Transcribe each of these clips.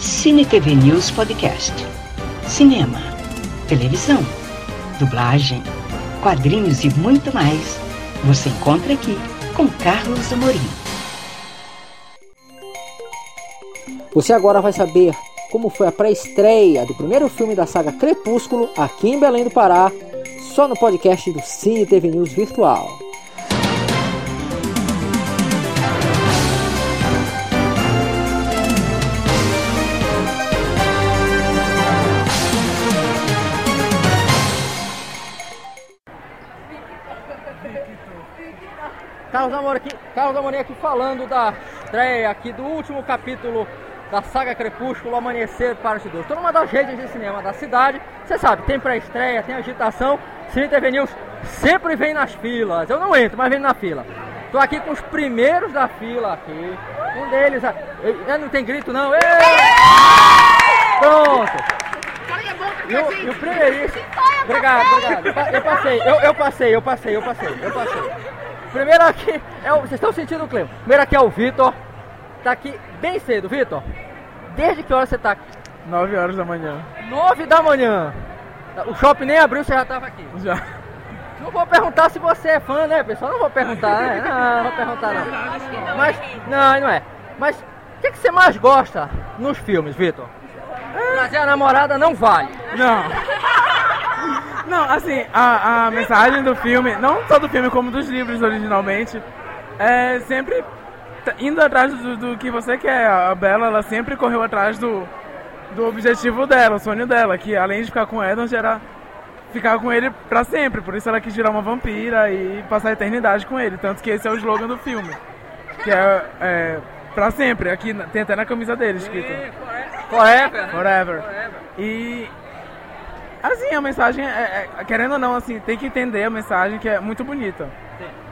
Cine TV News Podcast. Cinema, televisão, dublagem, quadrinhos e muito mais. Você encontra aqui com Carlos Amorim. Você agora vai saber como foi a pré-estreia do primeiro filme da saga Crepúsculo aqui em Belém do Pará, só no podcast do Cine TV News Virtual. Carlos Amorim aqui, Carlos Amorim aqui falando da estreia aqui do último capítulo da saga Crepúsculo Amanhecer Parte 2. Estou numa das redes de cinema da cidade. Você sabe, tem pré-estreia, tem agitação. Cine TV News sempre vem nas filas. Eu não entro, mas vem na fila. Estou aqui com os primeiros da fila aqui. Um deles. ah, eu- eu não tem grito, não. Ê! Pronto. E o, e o primeiríssimo. Obrigado, obrigado. Eu pa- Eu passei, eu, eu passei, eu passei, eu passei, eu passei. Primeiro aqui é o. Vocês estão sentindo o clima? Primeiro aqui é o Vitor. Tá aqui bem cedo, Vitor. Desde que hora você tá aqui? 9 horas da manhã. Nove da manhã. O shopping nem abriu, você já tava aqui. Já. Não vou perguntar se você é fã, né, pessoal? Não vou perguntar, né? Não, não vou perguntar não. Mas. Não, não é. Mas o que, que você mais gosta nos filmes, Vitor? Trazer a namorada não vale. Não. Não, assim, a, a mensagem do filme, não só do filme como dos livros originalmente, é sempre t- indo atrás do, do que você quer. A Bella, ela sempre correu atrás do, do objetivo dela, o sonho dela, que além de ficar com Edmund era ficar com ele pra sempre. Por isso ela quis virar uma vampira e passar a eternidade com ele. Tanto que esse é o slogan do filme, que é, é pra sempre. Aqui na- tem até na camisa dele escrito. Correto? Forever. E assim, a mensagem é, é- querendo ou não, assim, tem que entender a mensagem que é muito bonita.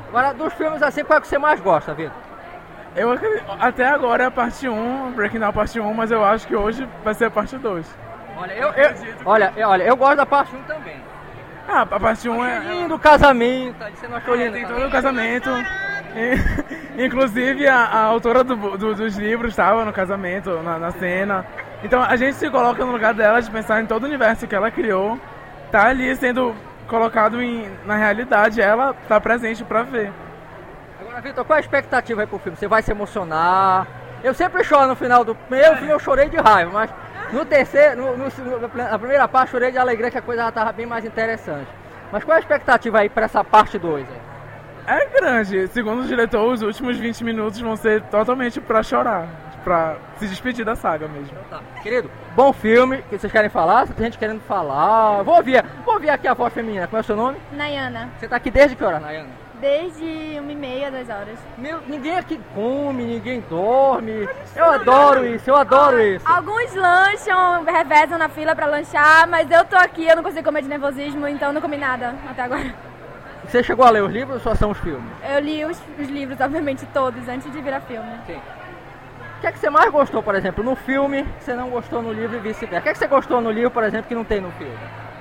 Agora, dos filmes assim, qual é que você mais gosta, Vitor? Eu acre- até agora é a parte 1, Breaking Down é parte 1, mas eu acho que hoje vai ser a parte 2. Olha, eu, eu- olha, eu, olha, eu gosto da parte 1 também. Ah, a parte 1 é, Lindo casamento, você não achou é, lindo? tem tá? todo o casamento. E- inclusive a, a autora do- do- dos livros estava no casamento, na, na cena. Então a gente se coloca no lugar dela de pensar em todo o universo que ela criou. Tá ali sendo colocado em, na realidade, ela tá presente pra ver. Agora, Vitor, qual é a expectativa aí pro filme? Você vai se emocionar? Eu sempre choro no final do primeiro filme, eu chorei de raiva, mas no terceiro, no, no, segundo- na primeira parte, chorei de alegria que a coisa já tava bem mais interessante. Mas qual é a expectativa aí pra essa parte 2? É grande. Segundo o diretor, os últimos 20 minutos vão ser totalmente pra chorar. Pra se despedir da saga mesmo. Tá, Querido, bom filme, o que vocês querem falar? Se tem gente querendo falar, eu vou ouvir, vou ouvir aqui a voz feminina. Como é o seu nome? Nayana, Você tá aqui desde que hora, Nayana? desde uma e meia, das horas. Meu, ninguém aqui come, ninguém dorme. Eu adoro isso, eu adoro isso. Alguns lancham, revezam na fila pra lanchar, mas eu tô aqui, eu não consigo comer de nervosismo, então não comi nada até agora. Você chegou a ler os livros ou só são os filmes? Eu li os, os livros, obviamente, todos, antes de virar filme. O que é que você mais gostou, por exemplo, no filme, que você não gostou no livro e vice-versa? O que é que você gostou no livro, por exemplo, que não tem no filme?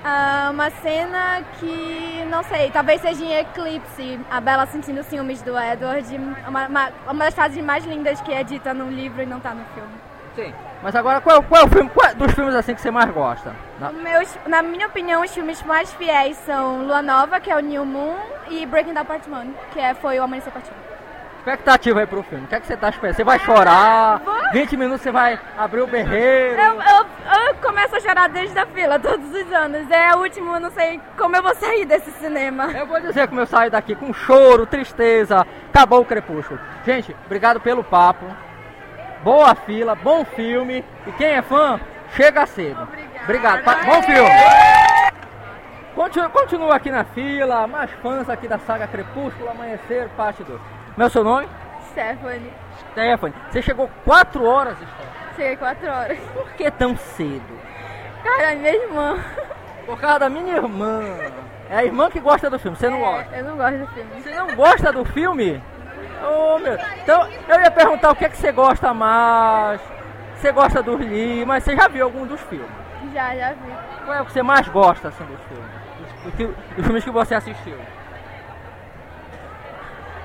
Ah, uma cena que, não sei, talvez seja em Eclipse, a Bella sentindo ciúmes do Edward, uma, uma, uma das frases mais lindas que é dita num livro e não tá no filme. Sim. Mas agora, qual, é o- qual é o filme, qual é- dos filmes assim que você mais gosta? Na- Meus, na minha opinião, os filmes mais fiéis são Lua Nova, que é o New Moon, e Breaking Down Part 1, que é, foi o Amanhecer Part 1. Expectativa aí pro filme. O que é que você tá esperando? Você vai chorar? 20 minutos você vai abrir o berreiro? Eu, eu, eu começo a chorar desde a fila, todos os anos. É o último, eu não sei como eu vou sair desse cinema. Eu vou dizer como eu saio daqui com choro, tristeza, acabou o crepúsculo. Gente, obrigado pelo papo. Boa fila, bom filme. E quem é fã, chega cedo. Obrigado. pa- Bom filme. Continua, continua aqui na fila, mais fãs aqui da saga Crepúsculo Amanhecer, parte 2. Meu seu nome? Stephanie, Stephanie. Você chegou 4 horas, Stephanie. cheguei 4 horas. Por que tão cedo? Cara, é minha irmã. Por causa da minha irmã. É a irmã que gosta do filme, você não gosta? É, eu não gosto do filme. Você não gosta do filme? Ô, meu. Então, eu ia perguntar o que é que você gosta mais. Você gosta dos livros, mas você já viu algum dos filmes? Já, já vi. Qual é o que você mais gosta assim, dos filmes? Dos, do que- dos filmes que você assistiu?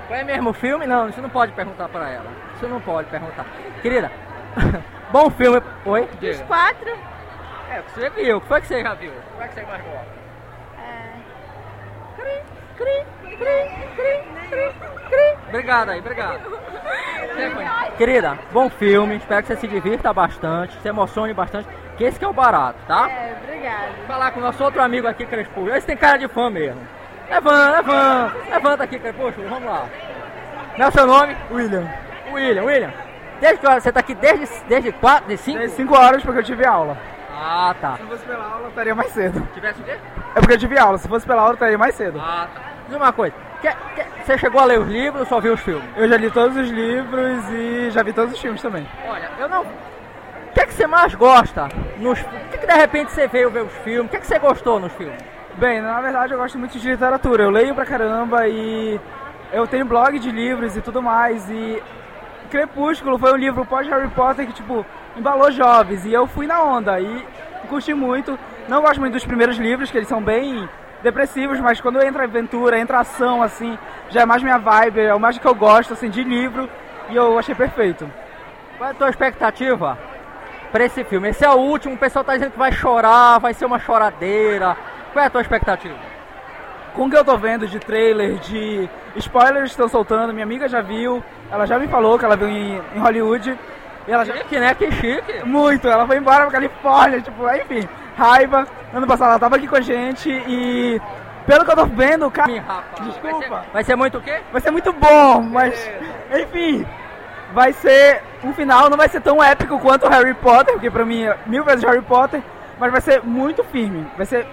Qual é mesmo o filme? Não, você não pode perguntar pra ela. Você não pode perguntar. Querida, Bom filme. Oi? Os quatro? É, você viu. O que foi que você já viu? O que é que você mais gosta? É. Obrigado aí, obrigado. Querida, bom filme, espero que você se divirta bastante, se emocione bastante, que esse que é o barato, tá? É, obrigada. Falar com o nosso outro amigo aqui, Crespo. Esse tem cara de fã mesmo. Levanta, levanta, levanta tá aqui, Crespo, vamos lá. Não é o seu nome? William. William, William. Desde que hora você tá aqui? Desde 5? Desde quatro- de cinco? Dei 5 horas porque eu tive aula. Ah, tá. Se fosse pela aula, eu estaria mais cedo. Tivesse o quê? É porque eu tive aula. Se fosse pela aula, eu estaria mais cedo. Ah, tá. Diz uma coisa, quer- quer- você chegou a ler os livros ou só viu os filmes? Eu já li todos os livros e já vi todos os filmes também. Olha, eu não. O que é que você mais gosta nos O que, é que de repente você veio ver os filmes? O que é que você gostou nos filmes? Bem, na verdade eu gosto muito de literatura. Eu leio pra caramba e eu tenho blog de livros e tudo mais. E Crepúsculo foi um livro pós-Harry Potter que, tipo, embalou jovens. E eu fui na onda e curti muito. Não gosto muito dos primeiros livros, que eles são bem depressivos, mas quando entra aventura, entra ação, assim, já é mais minha vibe, é o mais que eu gosto, assim, de livro. E eu achei perfeito. Qual é a tua expectativa pra esse filme? Esse é o último, o pessoal tá dizendo que vai chorar, vai ser uma choradeira. Qual é a tua expectativa? com o que eu tô vendo de trailer, de spoilers que estão soltando, minha amiga já viu, ela já me falou que ela viu em, em Hollywood, e ela já... Chique, né? Que chique. Muito, ela foi embora pra Califórnia, tipo, aí, enfim, raiva. Ano passado ela tava aqui com a gente e pelo que eu tô vendo, cara... Me rapa. Hum, Vai Desculpa. ser, vai ser muito o quê? Vai ser muito bom, mas enfim, vai ser um final, não vai ser tão épico quanto o Harry Potter, porque pra mim é mil vezes Harry Potter, mas vai ser muito firme, vai ser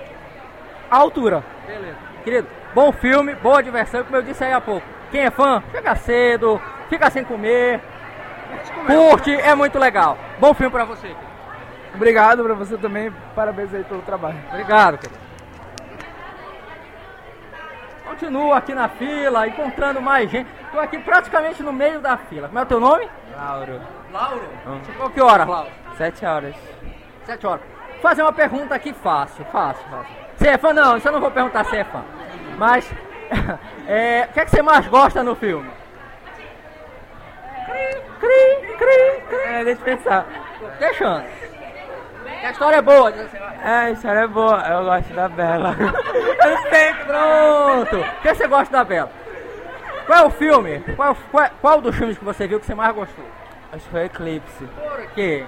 à altura. Beleza. Querido, bom filme, boa diversão, como eu disse aí há pouco. Quem é fã, chega cedo, fica sem comer, curte, é muito legal. Bom filme pra você. querido. Obrigado pra você também, parabéns aí pelo trabalho. Obrigado, querido. Continuo aqui na fila, encontrando mais gente. Estou aqui praticamente no meio da fila. Como é o teu nome? Lauro, Lauro. Chegou que hora, Lauro? sete horas. Sete horas. Vou fazer uma pergunta aqui fácil, fácil, fácil. Você é fã? Não, isso eu não vou perguntar se é fã. Mas, é, o que é que você mais gosta no filme? Cri, cri, cri. É, deixa eu pensar. Deixando. Que a história é boa. diz assim, vai. É, a história é boa, eu gosto da Bela. eu sei, Pronto. O que você gosta da Bela? Qual é o filme? Qual, qual, qual dos filmes que você viu que você mais gostou? Acho que foi Eclipse. Por quê?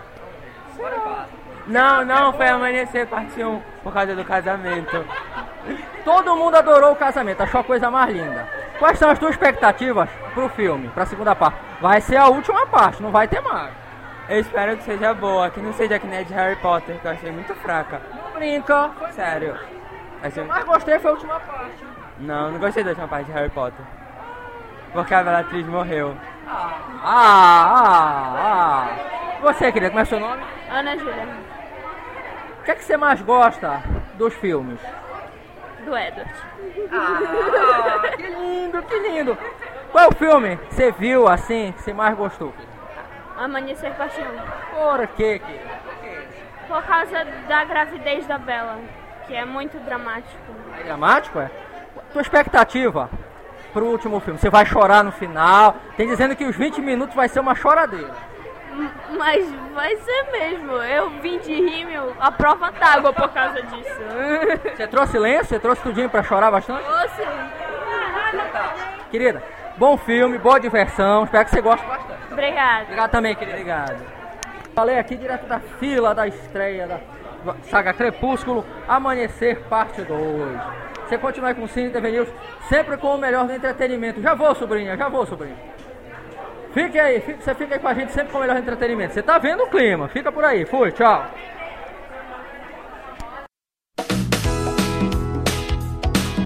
Não, não, foi Amanhecer parte 1, por causa do casamento. Todo mundo adorou o casamento, achou a coisa mais linda. Quais são as tuas expectativas pro filme, pra segunda parte? Vai ser a última parte, não vai ter mais. Eu espero que seja boa, que não seja que nem a de Harry Potter, que eu achei muito fraca. Não brinca. Sério. Achei... Mas gostei foi a última parte. Não, não gostei da última parte de Harry Potter. Porque a Bela Atriz morreu. Ah, ah, ah. Você, querida, como é seu nome? Ana Júlia. O que é que você mais gosta dos filmes? Do Edward. que lindo, que lindo. Qual é o filme que você viu assim, que você mais gostou? Amanhecer Parte 1. Por quê? querido? Por causa da gravidez da Bela, que é muito dramático. É dramático, é? Tua expectativa pro último filme? Você vai chorar no final? Tem dizendo que os 20 minutos vai ser uma choradeira. Mas vai ser mesmo. Eu vim de rímel a prova d'água por causa disso. Você trouxe lenço? Você trouxe tudinho pra chorar bastante? Você... Querida, bom filme, boa diversão. Espero que você goste bastante. Obrigada. Obrigado também, querido. Obrigado. Falei aqui direto da fila da estreia da saga Crepúsculo, Amanhecer, parte 2. Você continua aí com o Cine TV News, sempre com o melhor do entretenimento. Já vou, sobrinha, já vou, sobrinha. Fique aí, fique- você fica aí com a gente sempre com o melhor do entretenimento. Você tá vendo o clima, fica por aí. Fui, tchau.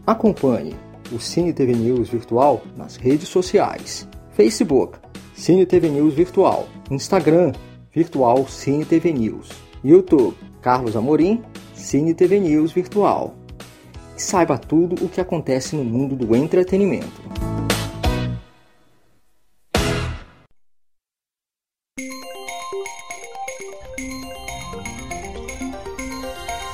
Acompanhe o Cine TV News Virtual nas redes sociais: Facebook, Cine TV News Virtual, Instagram, Virtual Cine TV News, YouTube, Carlos Amorim, Cine TV News Virtual. E saiba tudo o que acontece no mundo do entretenimento.